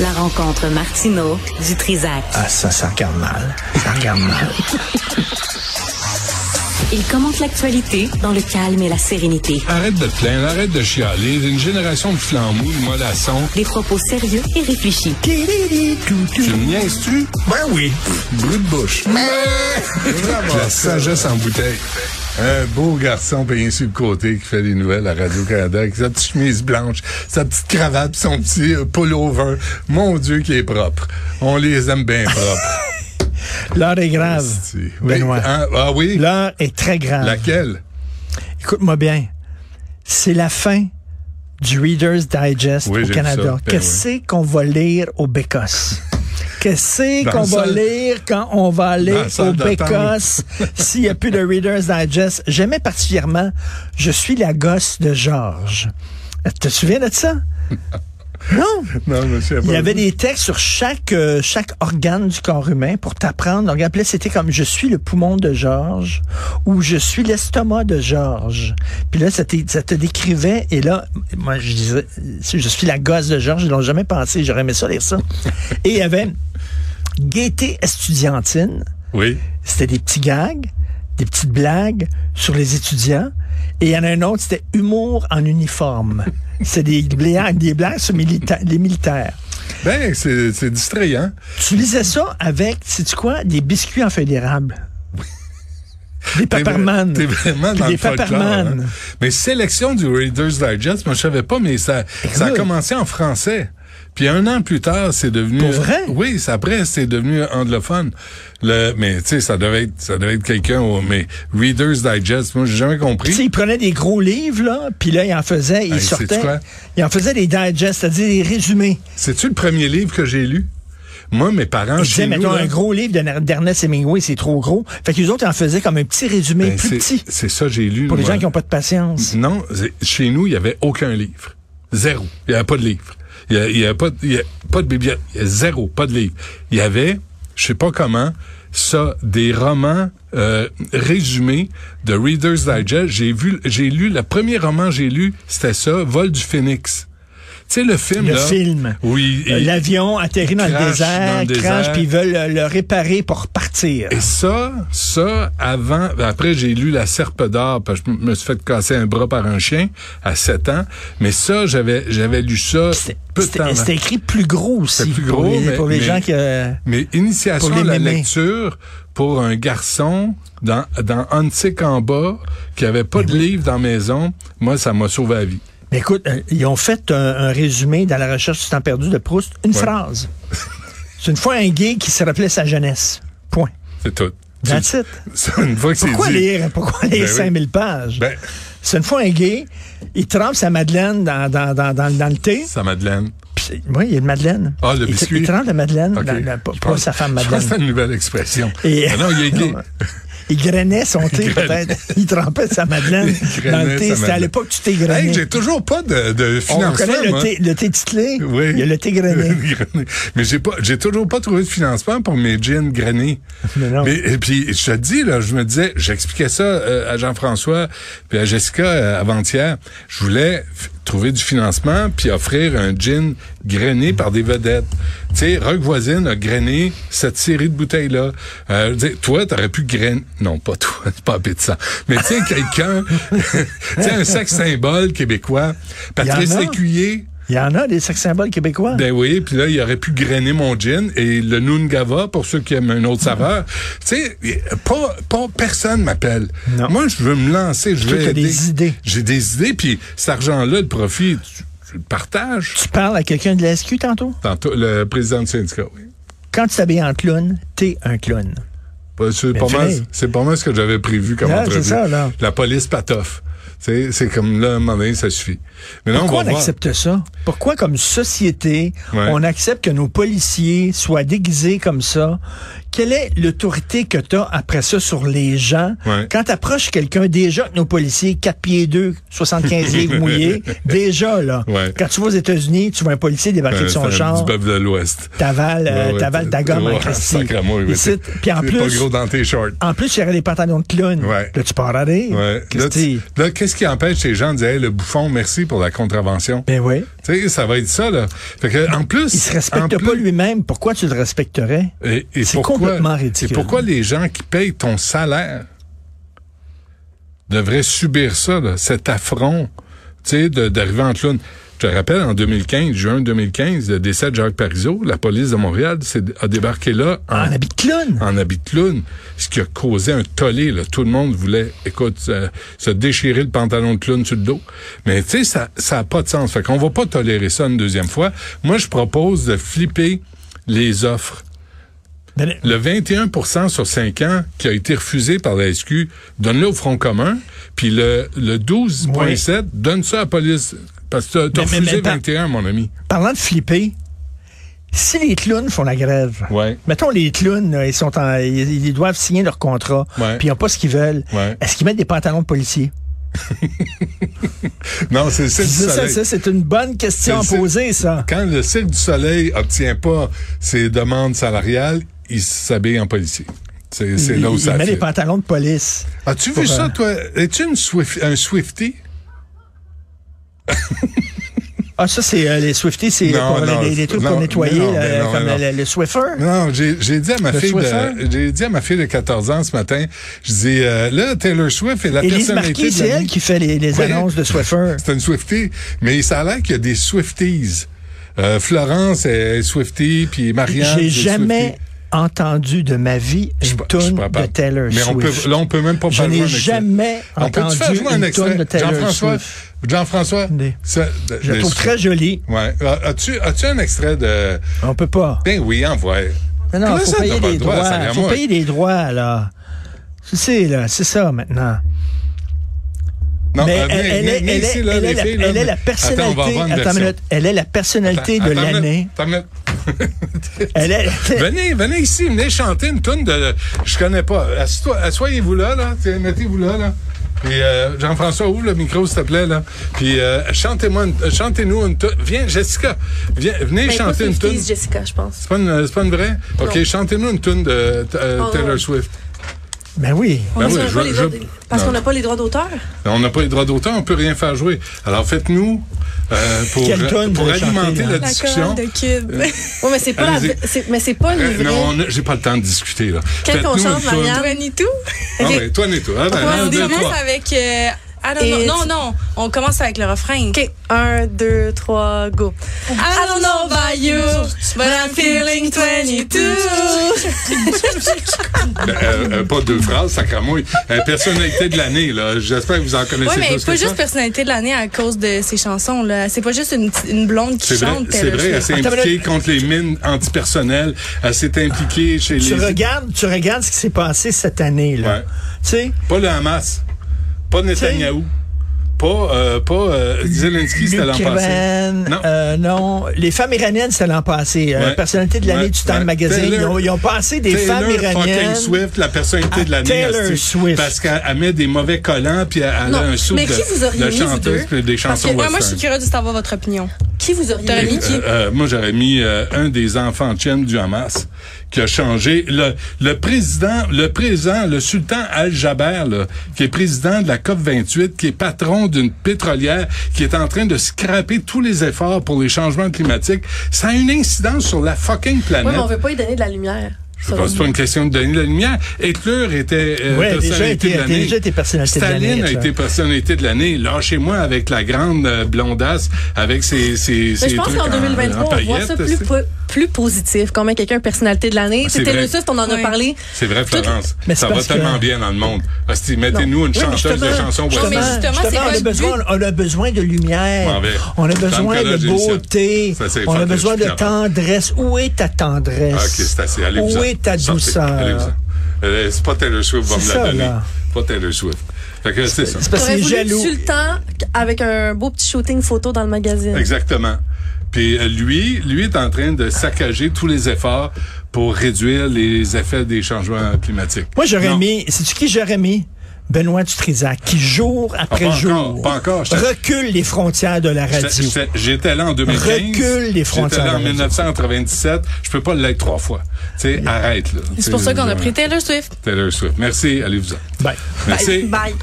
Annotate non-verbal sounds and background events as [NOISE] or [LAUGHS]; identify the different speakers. Speaker 1: La rencontre Martino du Trizac.
Speaker 2: Ah, ça, ça regarde mal. Ça regarde mal.
Speaker 1: Il commente l'actualité dans le calme et la sérénité.
Speaker 3: Arrête de te plaindre, arrête de chialer. Une génération de flamboules, de mollassons.
Speaker 1: Des propos sérieux et réfléchis.
Speaker 3: Tu me niaises-tu?
Speaker 2: Ben oui.
Speaker 3: Brut de bouche.
Speaker 2: Vraiment.
Speaker 3: La sagesse en bouteille. Un beau garçon payé sur le côté qui fait des nouvelles à Radio-Canada avec sa petite chemise blanche, sa petite cravate, pis son petit euh, pullover. Mon Dieu, qui est propre. On les aime
Speaker 4: [LAUGHS]
Speaker 3: bien propres.
Speaker 4: L'heure est grave,
Speaker 3: Si. Oui,
Speaker 4: Benoît.
Speaker 3: hein, ah oui?
Speaker 4: L'heure est très grave.
Speaker 3: Laquelle?
Speaker 4: Écoute-moi bien. C'est la fin du Reader's Digest
Speaker 3: Oui,
Speaker 4: au
Speaker 3: j'ai vu
Speaker 4: Canada.
Speaker 3: ça. Ben
Speaker 4: Qu'est-ce qu'on va lire au Bécosse? Qu'est-ce
Speaker 3: Dans
Speaker 4: qu'on
Speaker 3: la
Speaker 4: va
Speaker 3: salle-
Speaker 4: lire quand on va
Speaker 3: la
Speaker 4: aller au
Speaker 3: salle d'attente.
Speaker 4: Bécosse s'il n'y a plus de Reader's Digest? J'aimais particulièrement Je suis la gosse de Georges. Euh, Te souviens de ça? Non.
Speaker 3: Non, monsieur.
Speaker 4: Il y avait des textes sur chaque, euh, chaque organe du corps humain pour t'apprendre. Donc, après, c'était comme je suis le poumon de Georges ou je suis l'estomac de Georges. Puis là, ça, t'é- ça te décrivait. Et là, moi, je disais, si je suis la gosse de Georges, ils l'ont jamais pensé. J'aurais aimé ça lire ça. et il y avait Gaieté estudiantine.
Speaker 3: Oui.
Speaker 4: C'était des petits gags, des petites blagues sur les étudiants. Et il y en a un autre, c'était Humour en uniforme. C'est des blagues, des blagues sur milita- les militaires.
Speaker 3: Ben, c'est c'est distrayant.
Speaker 4: Tu lisais ça avec, sais-tu quoi, des biscuits en feuille d'érable. Des
Speaker 3: T'es
Speaker 4: paparmanes.
Speaker 3: vra- T'es vraiment
Speaker 4: Puis
Speaker 3: dans
Speaker 4: des
Speaker 3: le folklore.
Speaker 4: paparmanes.
Speaker 3: hein. Mais sélection du Reader's Digest, moi je savais pas, mais ça, ça a
Speaker 4: oui.
Speaker 3: commencé en français. Puis un an plus tard, c'est devenu.
Speaker 4: Pour vrai?
Speaker 3: Oui, c'est après, c'est devenu anglophone. Le, mais tu sais, ça devait être, ça devait être quelqu'un. au- Mais Reader's Digest, moi j'ai jamais
Speaker 4: Tu sais,
Speaker 3: compris.
Speaker 4: il prenait des gros livres, là, puis là, il en faisait, il
Speaker 3: Hey, sais-tu
Speaker 4: sortait.
Speaker 3: quoi? Ah,
Speaker 4: Il en faisait des digests, c'est-à-dire des résumés.
Speaker 3: C'est-tu le premier livre que j'ai lu? Moi, mes parents,
Speaker 4: Je disais,
Speaker 3: chez nous,
Speaker 4: mettons,
Speaker 3: là,
Speaker 4: un gros livre de- d'Ernest Hemingway, c'est trop gros. Fait que les autres, ils en faisaient comme un petit résumé,
Speaker 3: ben,
Speaker 4: plus
Speaker 3: c'est
Speaker 4: petit,
Speaker 3: Mm-hmm. c'est ça que j'ai lu.
Speaker 4: pour les
Speaker 3: moi.
Speaker 4: gens qui n'ont pas de patience.
Speaker 3: Non, c'est- chez nous, il n'y avait aucun livre. Zéro. Il n'y avait pas de livre. Il n'y avait, il y avait pas, de- il y avait pas de bibliothèque. Il y avait Zéro, pas de livre. Il y avait, je sais pas comment, ça, des romans euh, résumés de Reader's Digest. J'ai vu, j'ai lu, le premier roman que j'ai lu, c'était ça, Vol du Phoenix. Tu sais, le film,
Speaker 4: Le
Speaker 3: là.
Speaker 4: film.
Speaker 3: Oui.
Speaker 4: Euh, L'avion atterrit dans le
Speaker 3: crash dans
Speaker 4: désert,
Speaker 3: le
Speaker 4: crache,
Speaker 3: désert.
Speaker 4: puis ils veulent euh, le réparer pour repartir.
Speaker 3: Et ça, ça, avant, après, j'ai lu La Serpe d'Or, parce que je me suis fait casser un bras par un chien à 7 ans. Mais ça, j'avais, j'avais lu ça
Speaker 4: C'était-
Speaker 3: peu de temps
Speaker 4: C'était
Speaker 3: avant.
Speaker 4: c'était écrit hein. plus gros aussi.
Speaker 3: C'était plus
Speaker 4: pour
Speaker 3: gros,
Speaker 4: les-
Speaker 3: mais-
Speaker 4: pour les
Speaker 3: mais-
Speaker 4: gens qui... euh,
Speaker 3: Mais initiation
Speaker 4: Pour les
Speaker 3: à la
Speaker 4: mémés.
Speaker 3: lecture pour un garçon dans, dans Antique en bas, qui avait pas de livre dans la maison, moi, ça m'a sauvé la vie.
Speaker 4: Mais écoute, euh, ils ont fait un, un résumé dans la recherche du temps perdu de Proust, une phrase. C'est une fois un gay qui se rappelait sa jeunesse. Point.
Speaker 3: C'est tout.
Speaker 4: That's it.
Speaker 3: Ça, une fois que c'est dit.
Speaker 4: Pourquoi lire, pourquoi lire
Speaker 3: Ben oui.
Speaker 4: 5000 pages?
Speaker 3: Ben,
Speaker 4: C'est une fois un gay, il trempe sa madeleine dans, dans, dans, dans, dans le thé.
Speaker 3: ça, Madeleine.
Speaker 4: Puis, oui, il y a une madeleine.
Speaker 3: Ah, le
Speaker 4: il,
Speaker 3: biscuit.
Speaker 4: Il trempe la madeleine,
Speaker 3: Ok.
Speaker 4: dans le- pas,
Speaker 3: Je
Speaker 4: pas
Speaker 3: pense-
Speaker 4: sa femme
Speaker 3: Je pense que
Speaker 4: madeleine.
Speaker 3: c'est une nouvelle expression.
Speaker 4: Et-
Speaker 3: Ah non, il est gay.
Speaker 4: [LAUGHS] Non, Il grainait
Speaker 3: [LAUGHS]
Speaker 4: son thé, peut-être. Il trempait sa madeleine
Speaker 3: Il
Speaker 4: dans
Speaker 3: grainait
Speaker 4: le thé. C'était à
Speaker 3: sa madeleine.
Speaker 4: l'époque où tu t'es
Speaker 3: Hey,
Speaker 4: grainé.
Speaker 3: j'ai toujours pas de, de
Speaker 4: On
Speaker 3: financement.
Speaker 4: connaît le
Speaker 3: moi.
Speaker 4: thé, le thé titlé.
Speaker 3: Oui.
Speaker 4: Il y a le thé
Speaker 3: [LAUGHS]
Speaker 4: grainé.
Speaker 3: Mais j'ai pas, j'ai toujours pas trouvé de financement pour mes jeans granés.
Speaker 4: [LAUGHS] Mais non.
Speaker 3: et puis je te dis là, je me disais, j'expliquais ça euh, à Jean-François puis à Jessica euh, avant-hier. Je voulais f- trouver du financement puis offrir un jean grainé par des vedettes. Tu sais, Rock voisine a grainé cette série de bouteilles là. Euh, je veux dire, toi, t'aurais pu grainer, non pas toi, [LAUGHS] c'est pas appétissant. Mais tu sais quelqu'un, [LAUGHS] tu sais un sac symbole québécois,
Speaker 4: en
Speaker 3: Patrice
Speaker 4: a.
Speaker 3: Lécuyer.
Speaker 4: Il y en a des sex symboles québécois.
Speaker 3: Ben oui, puis là, il aurait pu grainer mon gin et le Noongava, pour ceux qui aiment une autre saveur. Tu sais, y- pas, pas personne m'appelle.
Speaker 4: Non.
Speaker 3: Moi, je veux me lancer, je
Speaker 4: Toi,
Speaker 3: veux
Speaker 4: t'as
Speaker 3: aider.
Speaker 4: des idées.
Speaker 3: J'ai des idées, puis cet argent-là, le profit, tu, tu le partages.
Speaker 4: tu parles à quelqu'un de la SQ tantôt?
Speaker 3: Tantôt, le président du syndicat, oui.
Speaker 4: Quand tu t'habilles en clown, t'es un clown.
Speaker 3: Bah, C'est
Speaker 4: Ben,
Speaker 3: pas, mal,
Speaker 4: fini.
Speaker 3: c'est pas mal ce que j'avais prévu comme
Speaker 4: Ah, c'est
Speaker 3: entrevue.
Speaker 4: ça, là.
Speaker 3: La police patoff. Tu sais, c'est comme là, à un moment donné, ça suffit. Mais là,
Speaker 4: Pourquoi
Speaker 3: on
Speaker 4: on,
Speaker 3: va voir.
Speaker 4: accepte ça? Pourquoi, comme société,
Speaker 3: Ouais.
Speaker 4: on accepte que nos policiers soient déguisés comme ça, quelle est l'autorité que tu as après ça sur les gens?
Speaker 3: Ouais.
Speaker 4: Quand tu approches quelqu'un, déjà que nos policiers, 4 pieds 2, 75 livres
Speaker 3: [LAUGHS]
Speaker 4: mouillés, déjà là,
Speaker 3: Ouais.
Speaker 4: quand tu vas aux États-Unis, tu vois un policier débarquer de
Speaker 3: Euh,
Speaker 4: son
Speaker 3: c'est
Speaker 4: char,
Speaker 3: Du peuple de l'Ouest.
Speaker 4: t'avales euh,
Speaker 3: Ouais, ouais,
Speaker 4: t'avales ta
Speaker 3: t'es-
Speaker 4: gomme en
Speaker 3: ouais,
Speaker 4: Christie.
Speaker 3: sacrément, oui, mais
Speaker 4: Ici,
Speaker 3: t'es-
Speaker 4: Puis en
Speaker 3: t'es pas
Speaker 4: plus,
Speaker 3: gros dans tes shorts.
Speaker 4: en plus, il y avait des pantalons de clown.
Speaker 3: Ouais.
Speaker 4: Là, tu pars à rire.
Speaker 3: Ouais. Là,
Speaker 4: Christy.
Speaker 3: tu- là, qu'est-ce qui empêche les gens de dire, hey, le bouffon, merci pour la contravention?
Speaker 4: Ben oui.
Speaker 3: Tu sais, ça va être ça, là. Fait que, en plus.
Speaker 4: Il se
Speaker 3: en
Speaker 4: respecte
Speaker 3: plus-
Speaker 4: pas lui-même. Pourquoi tu le respecterais?
Speaker 3: Et, et
Speaker 4: C'est
Speaker 3: pourquoi-
Speaker 4: complètement ridicule.
Speaker 3: Et pourquoi les gens qui payent ton salaire devraient subir ça, là, cet affront, tu sais, de- d'arriver en clown? Je te rappelle, en 2015, juin 2015, le décès de Jacques Parizeau, la police de Montréal s'est- a débarqué là en,
Speaker 4: En habit de clown.
Speaker 3: en habit de clown, ce qui a causé un tollé. Là. Tout le monde voulait, écoute, euh, se déchirer le pantalon de clown sur le dos. Mais tu sais, ça n'a pas de sens. Fait qu'on va pas tolérer ça une deuxième fois. Moi, je propose de flipper les offres.
Speaker 4: Ben,
Speaker 3: Le 21 sur 5 ans qui a été refusé par la SQ, donne-le au Front commun, puis le, le 12,7, donne ça à la police. Parce que t'as- t'as
Speaker 4: Mais- mais-
Speaker 3: refusé
Speaker 4: mais-
Speaker 3: 21, mon ami.
Speaker 4: Parlant de flipper, si les clowns font la grève,
Speaker 3: Ouais.
Speaker 4: mettons les clowns, là, ils sont en- ils, ils doivent signer leur contrat,
Speaker 3: Ouais.
Speaker 4: puis ils n'ont pas ce qu'ils veulent.
Speaker 3: Ouais.
Speaker 4: Est-ce qu'ils mettent des pantalons de policiers?
Speaker 3: Non, c'est le Cirque du
Speaker 4: Ça, ça,
Speaker 3: Soleil.
Speaker 4: ça, c'est une bonne question à
Speaker 3: C'est- c'est-
Speaker 4: poser, ça.
Speaker 3: Quand le Cirque du Soleil obtient pas ses demandes salariales, il s'habille en policier. C'est c'est
Speaker 4: Il-
Speaker 3: là où
Speaker 4: il
Speaker 3: ça
Speaker 4: met des
Speaker 3: fait.
Speaker 4: pantalons de police.
Speaker 3: As-tu
Speaker 4: pour,
Speaker 3: vu
Speaker 4: euh,
Speaker 3: ça, toi? Es-tu une Swif- un Swifty?
Speaker 4: Ah, ça, c'est euh, les Swifties, c'est
Speaker 3: Non,
Speaker 4: pour
Speaker 3: non,
Speaker 4: les, les trucs
Speaker 3: non,
Speaker 4: pour nettoyer,
Speaker 3: mais non,
Speaker 4: là,
Speaker 3: mais non,
Speaker 4: comme
Speaker 3: mais
Speaker 4: le, le- le Swiffer.
Speaker 3: Non, j'ai j'ai dit à ma
Speaker 4: Le
Speaker 3: fille
Speaker 4: Swiffer?
Speaker 3: de, j'ai dit à ma fille de 14 ans ce matin, je dis euh, là Taylor Swift est la
Speaker 4: Élise
Speaker 3: personnalité
Speaker 4: Marquis,
Speaker 3: de la
Speaker 4: c'est elle
Speaker 3: nuit.
Speaker 4: qui fait les, les
Speaker 3: Oui.
Speaker 4: annonces de Swiffer.
Speaker 3: [LAUGHS] C'est une Swiftie, mais ça a l'air qu'il y a des Swifties. Euh, Florence est Swiftie, puis Marianne
Speaker 4: J'ai
Speaker 3: est
Speaker 4: jamais
Speaker 3: Swiftie.
Speaker 4: entendu de ma vie une
Speaker 3: Je suis pas- je suis
Speaker 4: toune
Speaker 3: pas
Speaker 4: de
Speaker 3: capable.
Speaker 4: Taylor
Speaker 3: mais
Speaker 4: Swift.
Speaker 3: On peut, là, on peut même pas
Speaker 4: Je
Speaker 3: faire jouer
Speaker 4: n'ai
Speaker 3: un extrait.
Speaker 4: jamais
Speaker 3: On peut-tu
Speaker 4: entendu
Speaker 3: faire jouer un
Speaker 4: une
Speaker 3: extrait?
Speaker 4: toune de Taylor
Speaker 3: Jean-François,
Speaker 4: Swift.
Speaker 3: Jean-François,
Speaker 4: Des-
Speaker 3: ça- de-
Speaker 4: Je la
Speaker 3: des
Speaker 4: trouve
Speaker 3: Swifties.
Speaker 4: très jolie.
Speaker 3: Ouais. Euh, As-tu as-tu un extrait de
Speaker 4: On peut pas.
Speaker 3: Ben oui, envoie.
Speaker 4: Non, non,
Speaker 3: Comment
Speaker 4: faut
Speaker 3: ça,
Speaker 4: payer
Speaker 3: t'as pas
Speaker 4: des
Speaker 3: le droit,
Speaker 4: droits.
Speaker 3: Seigneur,
Speaker 4: Faut
Speaker 3: moi?
Speaker 4: payer des droits, là. Tu sais, là, c'est ça, maintenant.
Speaker 3: Ah, Non,
Speaker 4: Mais
Speaker 3: euh,
Speaker 4: elle-
Speaker 3: viens,
Speaker 4: elle
Speaker 3: viens,
Speaker 4: est-
Speaker 3: viens
Speaker 4: elle
Speaker 3: ici,
Speaker 4: est-
Speaker 3: là,
Speaker 4: elle
Speaker 3: les
Speaker 4: est la-
Speaker 3: filles, là.
Speaker 4: elle est la
Speaker 3: Attends, on va avoir
Speaker 4: personnalité.
Speaker 3: une
Speaker 4: Attends une
Speaker 3: version.
Speaker 4: minute. Elle est la personnalité de
Speaker 3: Attends une minute,
Speaker 4: l'année.
Speaker 3: attends une minute.
Speaker 4: Elle est.
Speaker 3: [LAUGHS] Venez, venez ici, venez chanter une tune de. Je connais pas. Assis-toi- Asseyez-vous là, là. Tiens, Mettez-vous là, là. Puis euh, Jean-François, ouvre le micro, s'il te plaît, là. Puis euh, chantez-moi, une- euh, chantez-nous une tune. Viens, Jessica, viens, venez
Speaker 5: Mais
Speaker 3: chanter
Speaker 5: pas
Speaker 3: une tune.
Speaker 5: 50s, Jessica, Ben, je pense.
Speaker 3: C'est pas une, euh, c'est pas une vraie? OK,
Speaker 5: Non.
Speaker 3: chantez-nous une tune de euh,
Speaker 5: Oh,
Speaker 3: Taylor
Speaker 5: non.
Speaker 3: Swift.
Speaker 4: [LAUGHS] Ben oui.
Speaker 3: Ben
Speaker 5: Parce
Speaker 3: oui,
Speaker 5: qu'on n'a
Speaker 3: je-
Speaker 5: pas les
Speaker 3: je-
Speaker 5: droits d- Parce
Speaker 3: non.
Speaker 5: qu'on n'a pas les droits d'auteur.
Speaker 3: On n'a pas les droits d'auteur, on peut rien faire jouer. Alors faites-nous euh, pour,
Speaker 4: Quelle tune
Speaker 3: pour
Speaker 4: vous voulez
Speaker 3: alimenter
Speaker 4: chanter, là?
Speaker 3: la discussion.
Speaker 5: Kid. [LAUGHS] oui, mais c'est pas, la...
Speaker 3: Allez-y.
Speaker 5: vraie- c'est- mais c'est pas une
Speaker 3: Euh,
Speaker 5: vraie.
Speaker 3: non, on a- j'ai pas le temps de discuter là.
Speaker 5: Quelle qu'on
Speaker 3: Faites-nous
Speaker 5: chante,
Speaker 3: une tune.
Speaker 5: Marianne?
Speaker 6: Ni tout.
Speaker 3: Ah ouais, toi et toi. Ah, ben,
Speaker 6: Ouais,
Speaker 3: un,
Speaker 6: on
Speaker 3: deux,
Speaker 6: commence
Speaker 3: trois.
Speaker 6: avec. euh, I don't know.
Speaker 5: Et-
Speaker 6: Non, non. On commence avec le refrain.
Speaker 5: OK. Un, deux, trois, go.
Speaker 6: I don't know about you, but I'm feeling 22.
Speaker 3: Ben, euh, euh, pas deux phrases, sacramouille. Euh, personnalité de l'année, là. J'espère que vous en connaissez
Speaker 6: Ouais, mais
Speaker 3: plus
Speaker 6: pas
Speaker 3: que
Speaker 6: juste
Speaker 3: ça.
Speaker 6: personnalité de l'année à cause de ces chansons là. C'est pas juste une, petite- une blonde qui
Speaker 3: C'est vrai,
Speaker 6: chante. euh,
Speaker 3: c'est
Speaker 6: Taylor
Speaker 3: vrai, elle
Speaker 6: Swift.
Speaker 3: s'est
Speaker 4: Attends,
Speaker 3: impliquée contre les mines antipersonnelles, elle s'est impliquée chez
Speaker 4: Tu
Speaker 3: les...
Speaker 4: regardes, tu regardes ce qui s'est passé cette année, là.
Speaker 3: Ouais.
Speaker 4: Tu sais?
Speaker 3: Pas le Hamas, pas Netanyahou, pas, euh, pas euh, Zelensky, c'était l'an passé.
Speaker 4: L'Ukraine,
Speaker 3: Non.
Speaker 4: euh, non. Les femmes iraniennes, c'était l'an passé. Euh,
Speaker 3: Ouais.
Speaker 4: personnalité de l'année
Speaker 3: Ouais.
Speaker 4: du Time
Speaker 3: Ouais.
Speaker 4: Magazine.
Speaker 3: Taylor-
Speaker 4: ils, ont, ils ont passé des
Speaker 3: Taylor
Speaker 4: femmes iraniennes.
Speaker 3: fucking Swift, la personnalité
Speaker 4: à
Speaker 3: de l'année.
Speaker 4: Taylor
Speaker 3: asti.
Speaker 4: Swift.
Speaker 3: Parce qu'elle elle met des mauvais collants, puis elle, elle a
Speaker 5: Non,
Speaker 3: un soupe
Speaker 5: mais qui
Speaker 3: de,
Speaker 5: vous auriez
Speaker 3: de
Speaker 5: mis, vous
Speaker 3: chanteuse,
Speaker 5: deux?
Speaker 3: puis des chansons
Speaker 6: Ouais, euh, moi, je
Speaker 3: western.
Speaker 6: suis curieuse de savoir votre opinion.
Speaker 5: Qui vous auriez
Speaker 6: T'aurais
Speaker 5: mis?
Speaker 6: mis qui?
Speaker 3: Euh, euh, moi, j'aurais mis euh, un des enfants tiennes du Hamas qui a changé. Le, le président, le président, le sultan Al-Jaber, là, qui est président de la COP28, qui est patron d'une pétrolière, qui est en train de scraper tous les efforts pour les changements climatiques, ça a une incidence sur la fucking
Speaker 5: Oui,
Speaker 3: planète.
Speaker 5: mais on veut pas lui donner de la lumière.
Speaker 3: Je pense que c'est pas une question de donner de la lumière. Hitler était euh,
Speaker 4: Ouais,
Speaker 3: personnalité
Speaker 4: déjà été-
Speaker 3: de l'année.
Speaker 4: déjà été personnalité de l'année,
Speaker 3: Staline a
Speaker 4: Hitler.
Speaker 3: été personnalité de l'année. Là, chez moi, avec la grande euh, blondasse, avec ses, ses,
Speaker 5: Mais
Speaker 3: ses
Speaker 5: je pense
Speaker 3: trucs
Speaker 5: qu'en 2023, on voit ça
Speaker 3: paillettes,
Speaker 5: plus,
Speaker 3: c'est-
Speaker 5: po- plus positif. Quand même, quelqu'un personnalité de l'année.
Speaker 3: Ah, c'est
Speaker 5: C'était
Speaker 3: vrai.
Speaker 5: le Swift, on en a
Speaker 6: Oui.
Speaker 5: parlé.
Speaker 3: C'est vrai,
Speaker 5: Toutes-
Speaker 3: Florence.
Speaker 4: Mais c'est
Speaker 3: ça va
Speaker 4: parce que-
Speaker 3: tellement bien dans le monde. Hostie, Mettez-nous
Speaker 4: Oui,
Speaker 3: une
Speaker 4: mais
Speaker 3: chanteuse de
Speaker 4: justement,
Speaker 3: chansons
Speaker 6: justement,
Speaker 3: western.
Speaker 6: justement, c'est
Speaker 4: on,
Speaker 6: quoi
Speaker 4: a
Speaker 6: le
Speaker 4: besoin,
Speaker 6: but?
Speaker 4: on a besoin de
Speaker 3: M'en
Speaker 4: lumière.
Speaker 3: vais.
Speaker 4: On a
Speaker 3: Dans
Speaker 4: besoin
Speaker 3: le collège,
Speaker 4: de
Speaker 3: j'ai mis ça.
Speaker 4: beauté.
Speaker 3: Ça, c'est
Speaker 4: on
Speaker 3: fuck,
Speaker 4: a
Speaker 3: je
Speaker 4: besoin
Speaker 3: suis
Speaker 4: de
Speaker 3: capable.
Speaker 4: tendresse. Où est ta tendresse?
Speaker 3: Ah, OK, c'est assez. Allez-vous.
Speaker 4: Où est ta douceur?
Speaker 3: Euh, C'est pas Taylor Swift va
Speaker 4: C'est
Speaker 3: me
Speaker 4: ça,
Speaker 3: la donner.
Speaker 4: là.
Speaker 3: Pas Taylor Swift. Fait que c'est ça.
Speaker 4: C'est parce qu'il
Speaker 5: T'aurais
Speaker 4: est
Speaker 5: voulu
Speaker 4: jaloux.
Speaker 5: le sultan avec un beau petit shooting photo dans le
Speaker 3: [LAUGHS]
Speaker 5: magazine.
Speaker 3: Exactement. Puis euh, lui, lui est en train de saccager tous les efforts pour réduire les effets des changements climatiques.
Speaker 4: Moi, j'aurais
Speaker 3: Non.
Speaker 4: aimé. C'est qui j'aurais aimé? Benoît Dutrisac, qui jour après
Speaker 3: Ah, pas encore,
Speaker 4: jour
Speaker 3: pas encore, je-
Speaker 4: recule les frontières de la
Speaker 3: J'étais-
Speaker 4: radio.
Speaker 3: j'étais- J'étais là en 2015.
Speaker 4: Recule les frontières
Speaker 3: J'étais là en
Speaker 4: de la
Speaker 3: 1997. Je peux pas l'être trois fois. Tu sais, arrête, là. Tu
Speaker 6: C'est pour
Speaker 3: sais,
Speaker 6: ça qu'on a
Speaker 3: euh,
Speaker 6: pris Taylor Swift.
Speaker 3: Taylor Swift. Merci, allez-vous-en.
Speaker 4: Bye.
Speaker 3: Merci.
Speaker 5: Bye.